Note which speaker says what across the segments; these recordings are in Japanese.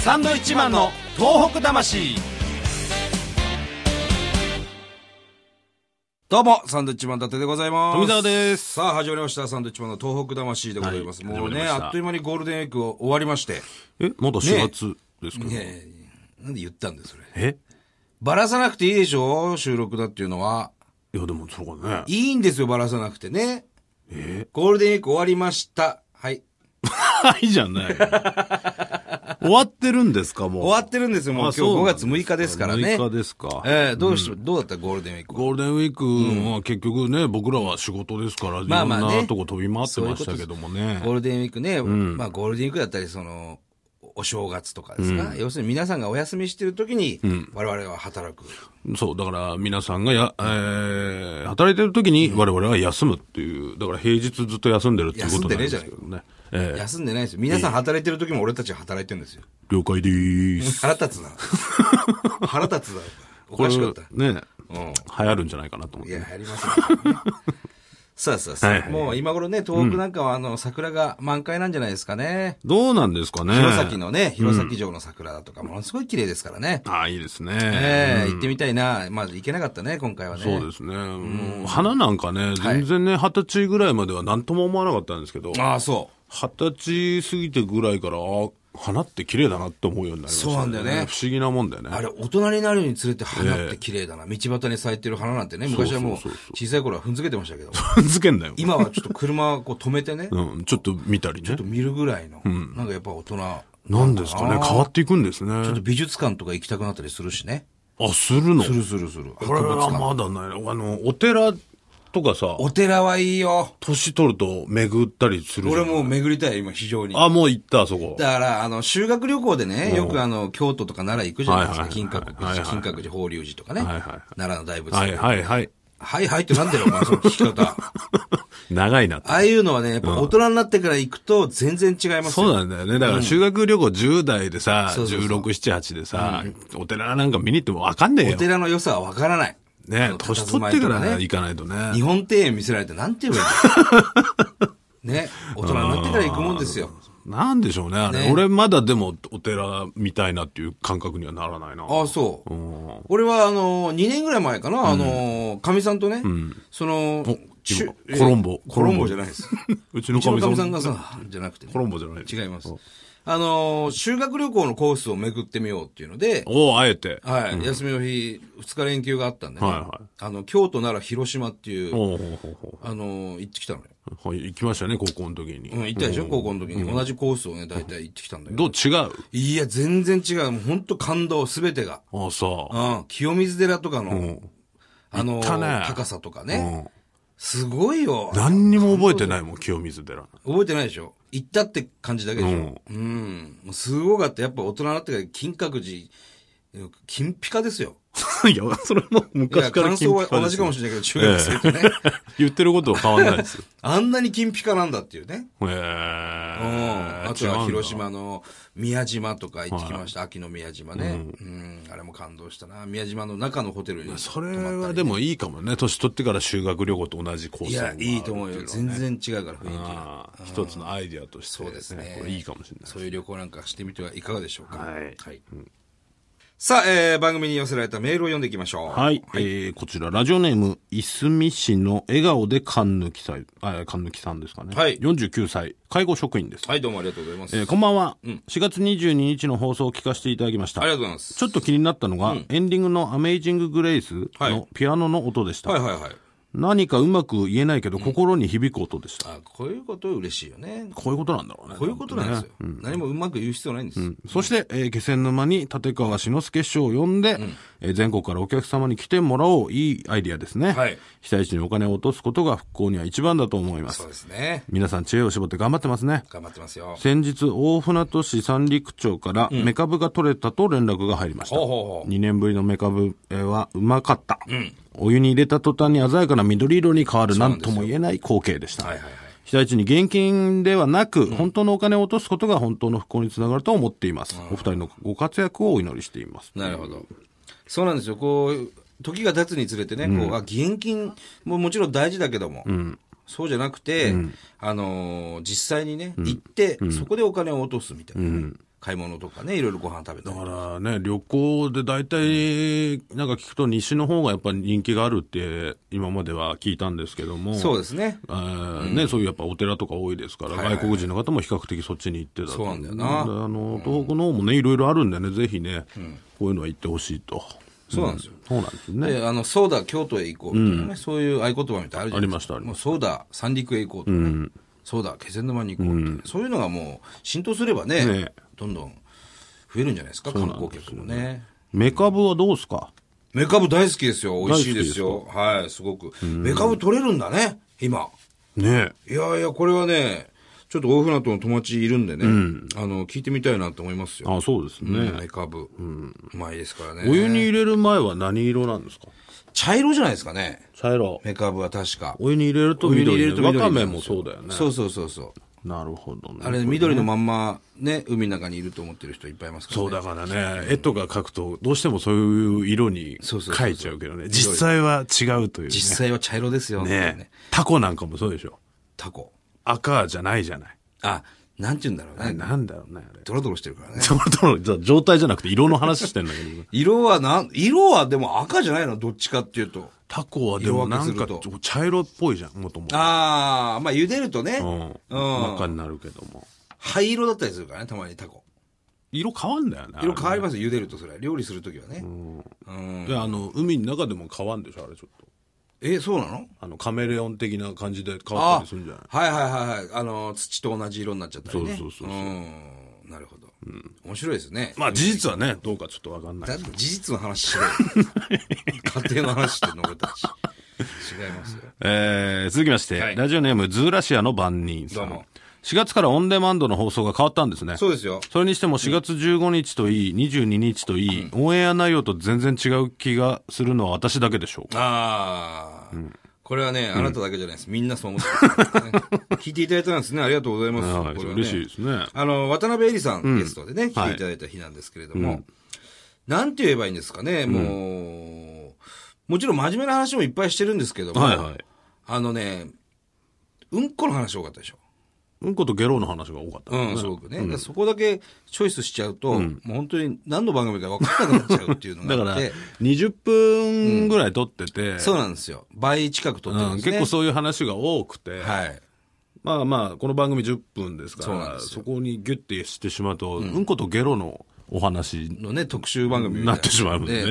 Speaker 1: サンドイッチマンの東北魂どうも、サンドイッチマン伊達でございます。
Speaker 2: 富澤です。
Speaker 1: さあ、始まりました。サンドイッチマンの東北魂でございます。
Speaker 2: はい
Speaker 1: もう
Speaker 2: 始まり
Speaker 1: ね、
Speaker 2: ました
Speaker 1: あっという間にゴールデンウィークを終わりまして。
Speaker 2: え、まだ4月ですけど。
Speaker 1: ええなんで言ったんですそれ。
Speaker 2: え
Speaker 1: ばらさなくていいでしょ収録だっていうのは。
Speaker 2: いや、でもそうかね。
Speaker 1: いいんですよ、ばらさなくてね。
Speaker 2: え
Speaker 1: ゴールデンウィーク終わりました。はい。
Speaker 2: はいじ ゃない。終わってるんですか、もう。
Speaker 1: 終わってるんですよ、もう
Speaker 2: あ
Speaker 1: 今日5月
Speaker 2: そうなん
Speaker 1: 6日ですからね。
Speaker 2: 6日ですか。
Speaker 1: ええどうし、どうだったゴールデンウィークは
Speaker 2: ゴールデンウィークは結局ね、僕らは仕事ですから、い
Speaker 1: まあ
Speaker 2: ろん
Speaker 1: まあね
Speaker 2: なとこ飛び回ってましたけどもね。
Speaker 1: ゴールデンウィークね、まあゴールデンウィークだったり、その、お正月とかですか、要するに皆さんがお休みしてる時に、我々は働く。
Speaker 2: そう、だから皆さんがや、えー、働いてる時に我々は休むっていう、だから平日ずっと休んでるっていうことなんですけどね。ええ
Speaker 1: 休んでないですよ。皆さん働いてる時も俺たちは働いてるんですよ。
Speaker 2: 了解でーす。
Speaker 1: 腹立つ な。腹立つな。お
Speaker 2: こ
Speaker 1: か
Speaker 2: れ
Speaker 1: しかった。
Speaker 2: ね、
Speaker 1: うん。
Speaker 2: 流行るんじゃないかなと思
Speaker 1: い
Speaker 2: って
Speaker 1: や、。やりますよ、 さあさあさあ、
Speaker 2: はいはい
Speaker 1: もう今頃ね、東北なんかはあの、桜が満開なんじゃないですかね。
Speaker 2: どうなんですかね。
Speaker 1: 弘前のね、弘前城の桜だとか、ものすごい綺麗ですからね。
Speaker 2: ああ、いいですね。
Speaker 1: ええ行ってみたいな。まあ、行けなかったね、今回はね。
Speaker 2: そうですね。もう花なんかね、全然ね、二十歳ぐらいまでは何とも思わなかったんですけど、
Speaker 1: ああ、そう。
Speaker 2: 二十歳過ぎてぐらいから、あ花って綺麗だなって思うようになりました、
Speaker 1: そうなんだよね
Speaker 2: 不思議なもんだよね。
Speaker 1: あれ、大人になるにつれて花って綺麗だな。道端に咲いてる花なんてね、昔はもう
Speaker 2: そうそうそう
Speaker 1: 小さい頃は踏んづけてましたけど、
Speaker 2: つけんなよ。
Speaker 1: 今はちょっと車をこう止めてね、ちょ
Speaker 2: うん、ちょっと見たりね
Speaker 1: っと。見るぐらいの、なんかやっぱ大人。
Speaker 2: なんですかね、変わっていくんですね。
Speaker 1: ちょっと美術館とか行きたくなったりするしね。
Speaker 2: あ、するの
Speaker 1: するするする。
Speaker 2: これ
Speaker 1: 博物
Speaker 2: は
Speaker 1: 館
Speaker 2: まだない。あの、お寺とかさ、
Speaker 1: お寺はいいよ。
Speaker 2: 年取ると巡ったりするじゃ
Speaker 1: 俺
Speaker 2: ん
Speaker 1: もう巡りたい、今非常に。
Speaker 2: あ、もう行った、あそこ。
Speaker 1: だから、あの、修学旅行でね、よくあの、京都とか奈良行くじゃないですか。
Speaker 2: はいはい
Speaker 1: 金
Speaker 2: はい
Speaker 1: 閣
Speaker 2: はいはい
Speaker 1: 寺、
Speaker 2: はい
Speaker 1: 金閣寺、法隆寺とかね。
Speaker 2: はいはいはい
Speaker 1: 奈良の大仏。は
Speaker 2: はいい、はい、はい。
Speaker 1: はい、ってなんだよ、お前、その聞き方。
Speaker 2: 長いなって
Speaker 1: ああいうのはね、やっぱ大人になってから行くと全然違いますよ。
Speaker 2: そうなんだよね。だから修学旅行10代でさ、
Speaker 1: そうそうそう
Speaker 2: 16、7、8でさ、お寺なんか見に行ってもわかんねえ
Speaker 1: お
Speaker 2: よ。
Speaker 1: 寺の良さはわからない。
Speaker 2: ね年取ってから
Speaker 1: ね
Speaker 2: 行かないとね。
Speaker 1: 日本庭園見せられてなんて言えば いいのね、大人になってから行くもんですよ。
Speaker 2: なんでしょうね。あれ
Speaker 1: ね
Speaker 2: 俺まだでもお寺みたいなっていう感覚にはならないな。
Speaker 1: ああ、
Speaker 2: そ
Speaker 1: そう。
Speaker 2: うん。
Speaker 1: 俺は、あの、2年ぐらい前かな、あの、かみさんとね、その、ちゅ
Speaker 2: 今コロンボ
Speaker 1: コロンボじゃないです。
Speaker 2: うち
Speaker 1: う
Speaker 2: の
Speaker 1: ち
Speaker 2: か
Speaker 1: の
Speaker 2: みさ
Speaker 1: か
Speaker 2: ん
Speaker 1: みさんがさ、じゃなくてね、
Speaker 2: コロンボじゃない
Speaker 1: 違います。あの、修学旅行のコースを巡ってみようっていうので、
Speaker 2: おおあえて。
Speaker 1: はい、休みの日、2日連休があったんでね、
Speaker 2: はいはい
Speaker 1: あの、京都、奈良、広島っていう、
Speaker 2: おうほうほうほ
Speaker 1: あの、行ってきたのよ。
Speaker 2: うはい、行きましたね、高校の時に。
Speaker 1: うん、行ったでしょ高校の時に。同じコースをね、大体行ってきたんだけど。
Speaker 2: どう違う
Speaker 1: いや、全然違う。もうほんと感動、すべてが。
Speaker 2: ああ、そうう。
Speaker 1: ん、清水寺とかの、あの、
Speaker 2: 行ったね
Speaker 1: 高さとか
Speaker 2: う
Speaker 1: ね。
Speaker 2: ん。
Speaker 1: すごいよ。
Speaker 2: 何にも覚えてないもん、清 水寺。
Speaker 1: 覚えてないでしょ行ったって感じだけでし
Speaker 2: う
Speaker 1: ょうん。もうすごかった。やっぱ大人になってから金閣寺、金ピカですよ。
Speaker 2: いや、それはもう
Speaker 1: いや、
Speaker 2: 昔から
Speaker 1: 感想は
Speaker 2: 金ピカ
Speaker 1: 同
Speaker 2: で
Speaker 1: じ
Speaker 2: す
Speaker 1: か
Speaker 2: よ
Speaker 1: もしれないけど、中学生とね。
Speaker 2: 言ってることは変わんないですよ。
Speaker 1: あんなに金ピカなんだっていうね。
Speaker 2: へえ
Speaker 1: うんあとは広。
Speaker 2: 違うんだ
Speaker 1: 島の宮島とか行ってきました。秋の宮島ね。うん、あれも感動したな。宮島の中のホテルに。
Speaker 2: それはでもいいかもね。年取ってから修学旅行と同じコース
Speaker 1: いや、いいと思う
Speaker 2: よ。
Speaker 1: よ。全然違うから、雰囲気が。
Speaker 2: ああ一つのアイディアとして、
Speaker 1: そうですね
Speaker 2: これいいかもしれない。
Speaker 1: そういう旅行なんかしてみてはいかがでしょうか。
Speaker 2: はい
Speaker 1: さあ、えー番組に寄せられたメールを読んでいきましょう。
Speaker 2: はい、えーこちら、ラジオネーム、いすみ市の笑顔で勘抜きさん、あ、勘抜きさんですかね。
Speaker 1: はい
Speaker 2: 49歳、介護職員です。
Speaker 1: はい、どうもありがとうございます。
Speaker 2: えーこんばんは、4月22日の放送を聞かせていただきました。
Speaker 1: ありがとうございます。
Speaker 2: ちょっと気になったのが、エンディングのアメイジング・グレイス
Speaker 1: はい
Speaker 2: のピアノの音でした。
Speaker 1: はいはいはい。
Speaker 2: 何かうまく言えないけど、心に響く音でした。
Speaker 1: あこういうこと嬉しいよね。
Speaker 2: こういうことなんだろうね。
Speaker 1: こういうことなんですよ。何もうまく言う必要ないんです。
Speaker 2: そして、えー気仙沼に立川志の輔師匠を呼んで、えー全国からお客様に来てもらおう。いいアイディアですね。
Speaker 1: はい
Speaker 2: 被災地にお金を落とすことが復興には一番だと思いま
Speaker 1: そう
Speaker 2: す。
Speaker 1: ですね。
Speaker 2: 皆さん知恵を絞って頑張ってますね。
Speaker 1: 頑張ってますよ。
Speaker 2: 先日、大船渡市三陸町からメカブが取れたと連絡が入りました。
Speaker 1: ほうほうほう
Speaker 2: 2年ぶりのメカブはうまかった。お湯に入れた途端に鮮やかな緑色に変わるなんとも言えない光景でした。
Speaker 1: はいはいはい。
Speaker 2: 被災地に現金ではなく、本当のお金を落とすことが本当の復興につながると思っています。お二人のご活躍をお祈りしています。
Speaker 1: なるほど。そうなんですよ。こう、時が経つにつれてね、こう、あ、義援金ももちろん大事だけども、そうじゃなくて、あのー実際にね、行って、そこでお金を落とすみたいな。買い物とかね、いろいろご飯食べた
Speaker 2: だ
Speaker 1: り
Speaker 2: か。らね、旅行で大体、なんか聞くと西の方がやっぱり人気があるって、今までは聞いたんですけども。
Speaker 1: そうですね。
Speaker 2: えーね、そういうやっぱお寺とか多いですから、
Speaker 1: いはいはい
Speaker 2: 外国人の方も比較的そっちに行ってたと
Speaker 1: そうなんだよな
Speaker 2: であの、東北の方もね、いろいろあるんでね、ぜひね、こういうのは行ってほしいと。
Speaker 1: そうなんですよ。
Speaker 2: そうなんですね。
Speaker 1: で、あの、そうだ、京都へ行こうみたいなね、そういう合言葉みたいなのあるじゃないですか。
Speaker 2: ありましたあり
Speaker 1: もう、
Speaker 2: ま
Speaker 1: そうだ、三陸へ行こうとかね、そうだ、気仙沼に行こうってね、そういうのがもう、浸透すればね、
Speaker 2: ね
Speaker 1: どんどん増えるんじゃないですか、観光客もね。
Speaker 2: メカブはどうですか
Speaker 1: メカブ大好きですよ。美味しいですよ。はい、すごく。メカブ取れるんだね、今。
Speaker 2: ね
Speaker 1: いやいや、これはね、ちょっと大船渡の友達いるんでね、あの、聞いてみたいなと思いますよ。
Speaker 2: あ、そうですね。
Speaker 1: ね、メカブ。うまいですからね。
Speaker 2: お湯に入れる前は何色なんですか
Speaker 1: 茶色じゃないですかね。
Speaker 2: 茶色。
Speaker 1: メカブは確か。
Speaker 2: お湯に入れると
Speaker 1: お湯に
Speaker 2: 緑
Speaker 1: 入れると緑
Speaker 2: わかめ
Speaker 1: なん
Speaker 2: も
Speaker 1: ですよ
Speaker 2: そうだよね。
Speaker 1: そうそうそうそう。
Speaker 2: なるほどね。
Speaker 1: あれ、緑のまんま、ね、海の中にいると思ってる人いっぱいいますからね。
Speaker 2: そうだからね、絵とか描くと、どうしてもそういう色に
Speaker 1: そうそうそうそう
Speaker 2: 描いちゃうけどね。実際は違うというね。
Speaker 1: 実際は茶色ですよ。本当に
Speaker 2: ね。タコなんかもそうでしょ。
Speaker 1: タコ。
Speaker 2: 赤じゃないじゃない。
Speaker 1: あ、なんて言うんだろう
Speaker 2: あれ
Speaker 1: ね。
Speaker 2: なんだろうね、あれ。
Speaker 1: ドロドロしてるからね。
Speaker 2: そのとの状態じゃなくて色の話してんだ けど。
Speaker 1: 色はなん、色はでも赤じゃないのどっちかっていうと。
Speaker 2: タコはでもなん
Speaker 1: 色
Speaker 2: か
Speaker 1: 分けす
Speaker 2: 茶色っぽいじゃん、もともと。
Speaker 1: ああ、まあ茹でるとね、
Speaker 2: うん。
Speaker 1: うん
Speaker 2: 真っ赤になるけども。
Speaker 1: 灰色だったりするからね、たまにタコ。
Speaker 2: 色変わんだよね。
Speaker 1: 色変わり
Speaker 2: ま
Speaker 1: ますよ、茹でるとそれは。料理するときはね。うん
Speaker 2: す。で、あの、海の中でも変わんでしょ、あれちょっと。
Speaker 1: え、そうなの
Speaker 2: あの、カメレオン的な感じで変わった
Speaker 1: あ
Speaker 2: りするんじゃない
Speaker 1: はいはいはいはい。あの、土と同じ色になっちゃったりね。
Speaker 2: そうそうそうそう
Speaker 1: うん。なるほど。面白いですね。
Speaker 2: まあ事実はね、どうかちょっとわかんない
Speaker 1: だって事実の話し ろよ。家庭の話してんの、俺たち。違いますよ。
Speaker 2: えー続きまして、
Speaker 1: はい
Speaker 2: ラジオネームズーラシアの番人さ
Speaker 1: どうも
Speaker 2: ん。4月からオンデマンドの放送が変わったんですね。
Speaker 1: そうですよ。
Speaker 2: それにしても4月15日といい、22日といい、オンエア内容と全然違う気がするのは私だけでしょうか。
Speaker 1: ああ、これはね、あなただけじゃないです。みんなそう思ってます、ね。 聞いていただいたんですね。ありがとうございます。
Speaker 2: はい
Speaker 1: これはね
Speaker 2: 嬉しいですね。
Speaker 1: あの、渡辺恵里さんゲストでね、来ていただいた日なんですけれども、なんて言えばいいんですかね、もう、もちろん真面目な話もいっぱいしてるんですけども、
Speaker 2: はいはい
Speaker 1: あのね、うんこの話多かったでしょ。
Speaker 2: うんことゲロの話が多かった
Speaker 1: う
Speaker 2: ね。
Speaker 1: ん、すごくね。だからそこだけチョイスしちゃうと、もう本当に何の番組か分からなくなっちゃうっていうの
Speaker 2: だ
Speaker 1: が
Speaker 2: か
Speaker 1: あっ
Speaker 2: ら
Speaker 1: て、、
Speaker 2: 20分ぐらい撮ってて、
Speaker 1: そうなんですよ。倍近く撮ってる
Speaker 2: うんん
Speaker 1: ですね。
Speaker 2: 結構そういう話が多くて、
Speaker 1: はい。
Speaker 2: まあまあ、この番組10分ですか
Speaker 1: そうなん
Speaker 2: ら、
Speaker 1: です
Speaker 2: そ
Speaker 1: よ
Speaker 2: こにギュッてしてしまうと、うん、ことゲロのお話
Speaker 1: のね、特集番組みたい
Speaker 2: なってしまうもんね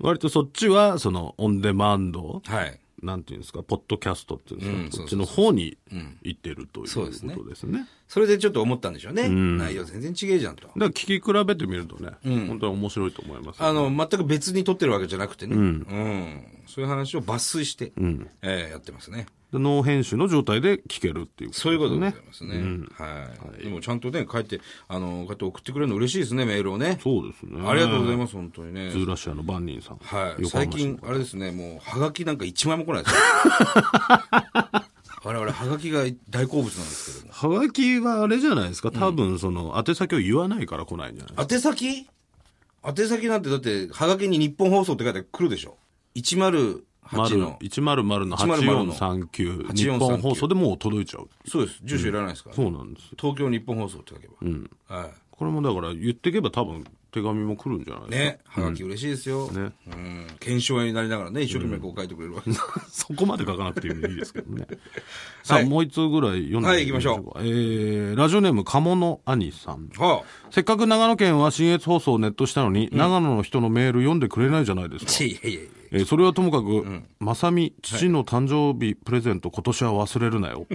Speaker 1: うん。
Speaker 2: 割とそっちは、その、オンデマンド、
Speaker 1: はい。
Speaker 2: なんていうんですか、ポッドキャストっていうんですか、
Speaker 1: うん
Speaker 2: こ
Speaker 1: そう
Speaker 2: っち
Speaker 1: そ
Speaker 2: の
Speaker 1: う
Speaker 2: 方に行ってるという
Speaker 1: そうですね
Speaker 2: ことですね。
Speaker 1: それでちょっと思ったんでしょうね。内容全然違えじゃんと。
Speaker 2: だから聞き比べてみるとね、本当は面白いと思います。
Speaker 1: あの、全く別に撮ってるわけじゃなくてね。うん。そういう話を抜粋して、えーやってますね。
Speaker 2: で脳編集の状態で聞けるっていうことですね。
Speaker 1: そういうことでございますね。はい、でもちゃんとね、書いて、あの、こうやって送ってくれるの嬉しいですね、メールをね。
Speaker 2: そうですね。
Speaker 1: ありがとうござい
Speaker 2: ま
Speaker 1: ます、本当にね
Speaker 2: ズ。ーラシアの番人さん。
Speaker 1: はい。
Speaker 2: 横浜
Speaker 1: 最
Speaker 2: 市
Speaker 1: 近、あれですね、もう、はがきなんか一枚も来ないです よ。我々、はがきが大好物なんですけども。
Speaker 2: はがきはあれじゃないですか。多分、その、宛先を言わないから来ないんじゃない
Speaker 1: 宛先宛先なんてだって、はがきに日本放送って書いて来るでしょ。108の。
Speaker 2: 100の8439。日本放送でもう届いちゃう。
Speaker 1: そうです。住所いらないですから。
Speaker 2: そうなんですよ。
Speaker 1: 東京日本放送って書けば。は
Speaker 2: これもだから言ってけば多分手紙も来るんじゃない
Speaker 1: い。
Speaker 2: ですか。
Speaker 1: ね。はがき嬉しいですよ。
Speaker 2: ね
Speaker 1: うん。検証になりながらね、一生懸命こう書いてくれるわけです。
Speaker 2: そこまで書かなくてもいいですけ どね。さあ、
Speaker 1: はい
Speaker 2: もう一通ぐらい読んで
Speaker 1: はい行きましょ
Speaker 2: う。えー、ラジオネーム、鴨の兄さん。
Speaker 1: は
Speaker 2: せっかく長野県は新越放送をネットしたのに、長野の人のメール読んでくれないじゃ ないですか。
Speaker 1: あ。いやいやいや。
Speaker 2: えーそれはともかく、まさみ、父の誕生日プレゼント、今年は忘れるなよ。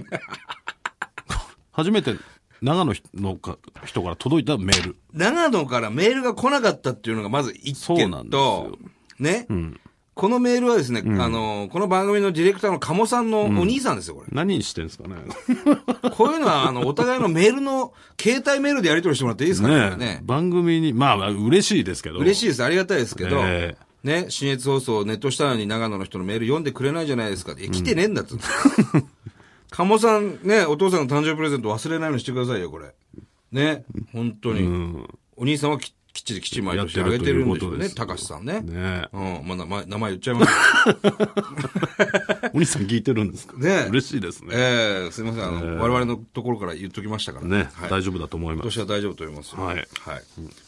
Speaker 2: 初めて長野のか人から届いたメール。
Speaker 1: 長野からメールが来なかったっていうのがまず1
Speaker 2: そうなん
Speaker 1: 点
Speaker 2: です
Speaker 1: と
Speaker 2: よ、
Speaker 1: ね、このメールはですね、あの、この番組のディレクターの鴨さんのお兄さんですよ、こ れ。
Speaker 2: 何してんですかね。
Speaker 1: こういうのは、あの、お互いのメールの、携帯メールでやり取りしてもらっていいですかね。
Speaker 2: ね
Speaker 1: ね
Speaker 2: 番組に、まあまあ、嬉しいですけど。
Speaker 1: 嬉し
Speaker 2: い。
Speaker 1: いです。ありがたいですけど、
Speaker 2: え
Speaker 1: ね、新越放送ネットしたのに長野の人のメール読んでくれないじゃないですかって。いや来てねえんだっ つって。鴨さんね、お父さんの誕生日プレゼント忘れないようにしてくださいよ、これ。ね、本当に。お兄さんはききっちりきっちり毎年あげてるんでしょう
Speaker 2: や
Speaker 1: ね、
Speaker 2: ってるということ
Speaker 1: 高
Speaker 2: で
Speaker 1: 橋
Speaker 2: す
Speaker 1: さんね。
Speaker 2: ね
Speaker 1: うん、まあ名前、名前言っちゃいます け
Speaker 2: え。お兄さん聞いてるんですか
Speaker 1: ねえ
Speaker 2: 嬉しいです
Speaker 1: ど。
Speaker 2: ね。
Speaker 1: ええすいません、あの、我々のところから言っときましたから
Speaker 2: ね
Speaker 1: はい、
Speaker 2: 大丈夫だと思い
Speaker 1: 今
Speaker 2: ま
Speaker 1: 年
Speaker 2: す。
Speaker 1: は大丈夫と思いますよ。
Speaker 2: はい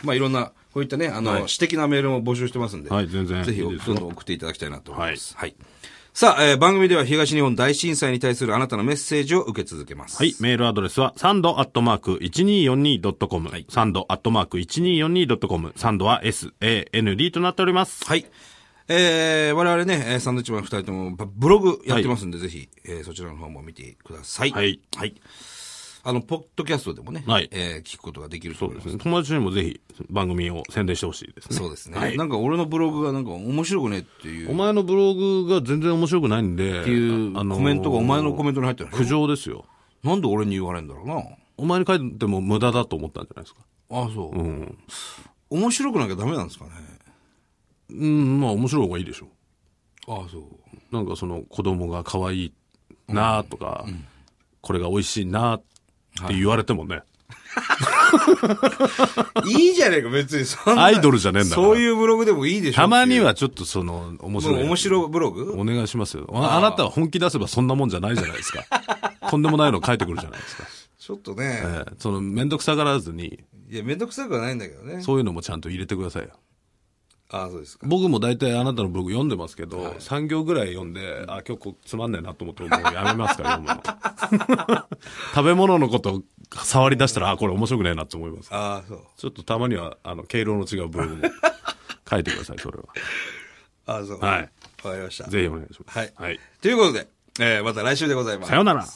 Speaker 1: まあ、いろんな、こういったね、あの、私的なメールも募集してますんで。
Speaker 2: はい全然
Speaker 1: ぜひ、
Speaker 2: いい
Speaker 1: どん
Speaker 2: です
Speaker 1: ど
Speaker 2: よ
Speaker 1: ん送っていただきたいなと思います。はい。さあ、えー番組では東日本大震災に対するあなたのメッセージを受け続けます。
Speaker 2: はい。。メールアドレスは、サンドアットマーク 1242.com。サンドアットマーク 1242.com。サンドは SAND となっております。
Speaker 1: はい。えー、我々ね、えーサンドウィッチマン二人ともブブログやってますんで、ぜひ、えーそちらの方も見てください。
Speaker 2: はい
Speaker 1: はい。あの、ポッドキャストでもね、
Speaker 2: はい
Speaker 1: えー聞くことができると
Speaker 2: そう
Speaker 1: 思い
Speaker 2: で
Speaker 1: ます
Speaker 2: ね。友達にもぜひ番組を宣伝してほしいですね。
Speaker 1: そうですね、
Speaker 2: はい
Speaker 1: なんか俺のブログがなんか面白くねっていう、
Speaker 2: お前のブログが全然面白くないんで、って
Speaker 1: いうコメントがお前のコメントに入ってる、
Speaker 2: 苦情ですよ。
Speaker 1: なんで俺に言われるんだろうな。
Speaker 2: お前に書いても無駄だと思ったんじゃないですか。
Speaker 1: ああ、そう、
Speaker 2: うん。
Speaker 1: 面白くなきゃダメなんですかね。
Speaker 2: うん、まあ面白い方がいいでしょ
Speaker 1: ああ、そう。
Speaker 2: う。なんかその子供が可愛いなとか、これが美味しいなって言われてもね、
Speaker 1: いいじゃねえか、別にそんな。
Speaker 2: アイドルじゃねえんだから
Speaker 1: そういうブログでもいいでしょ。
Speaker 2: たまに
Speaker 1: は。
Speaker 2: はちょっとその面
Speaker 1: も
Speaker 2: 白
Speaker 1: う
Speaker 2: い。
Speaker 1: 面白ブログ
Speaker 2: お願いしますよあ。あなたは本気出せばそんなもんじゃないじゃない ですか。とんでもないの書いてくるじゃないですか。
Speaker 1: ちょっとね、
Speaker 2: ええそのめんどくさがらずに、
Speaker 1: いや、めんどくさくはないんだけどね。
Speaker 2: そういうのもちゃんと入れてくださいよ。
Speaker 1: ああ、そうですか。
Speaker 2: 僕も大体あなたのブログ読んでますけど、3行ぐらい読んで、あ、今日こうつまんねえなと思ってもうやめますから、読むの。 食べ物のことを触り出したら、あ、これ面白くねえなって思います。
Speaker 1: ああ、そう。
Speaker 2: ちょっとたまには、あの、経路の違うブログも書いてください、それは。
Speaker 1: ああ、そう。
Speaker 2: はい。
Speaker 1: わかりました。
Speaker 2: ぜひお願いします。
Speaker 1: はい
Speaker 2: はい。
Speaker 1: ということで、えーまた来週でございます。
Speaker 2: さようなら。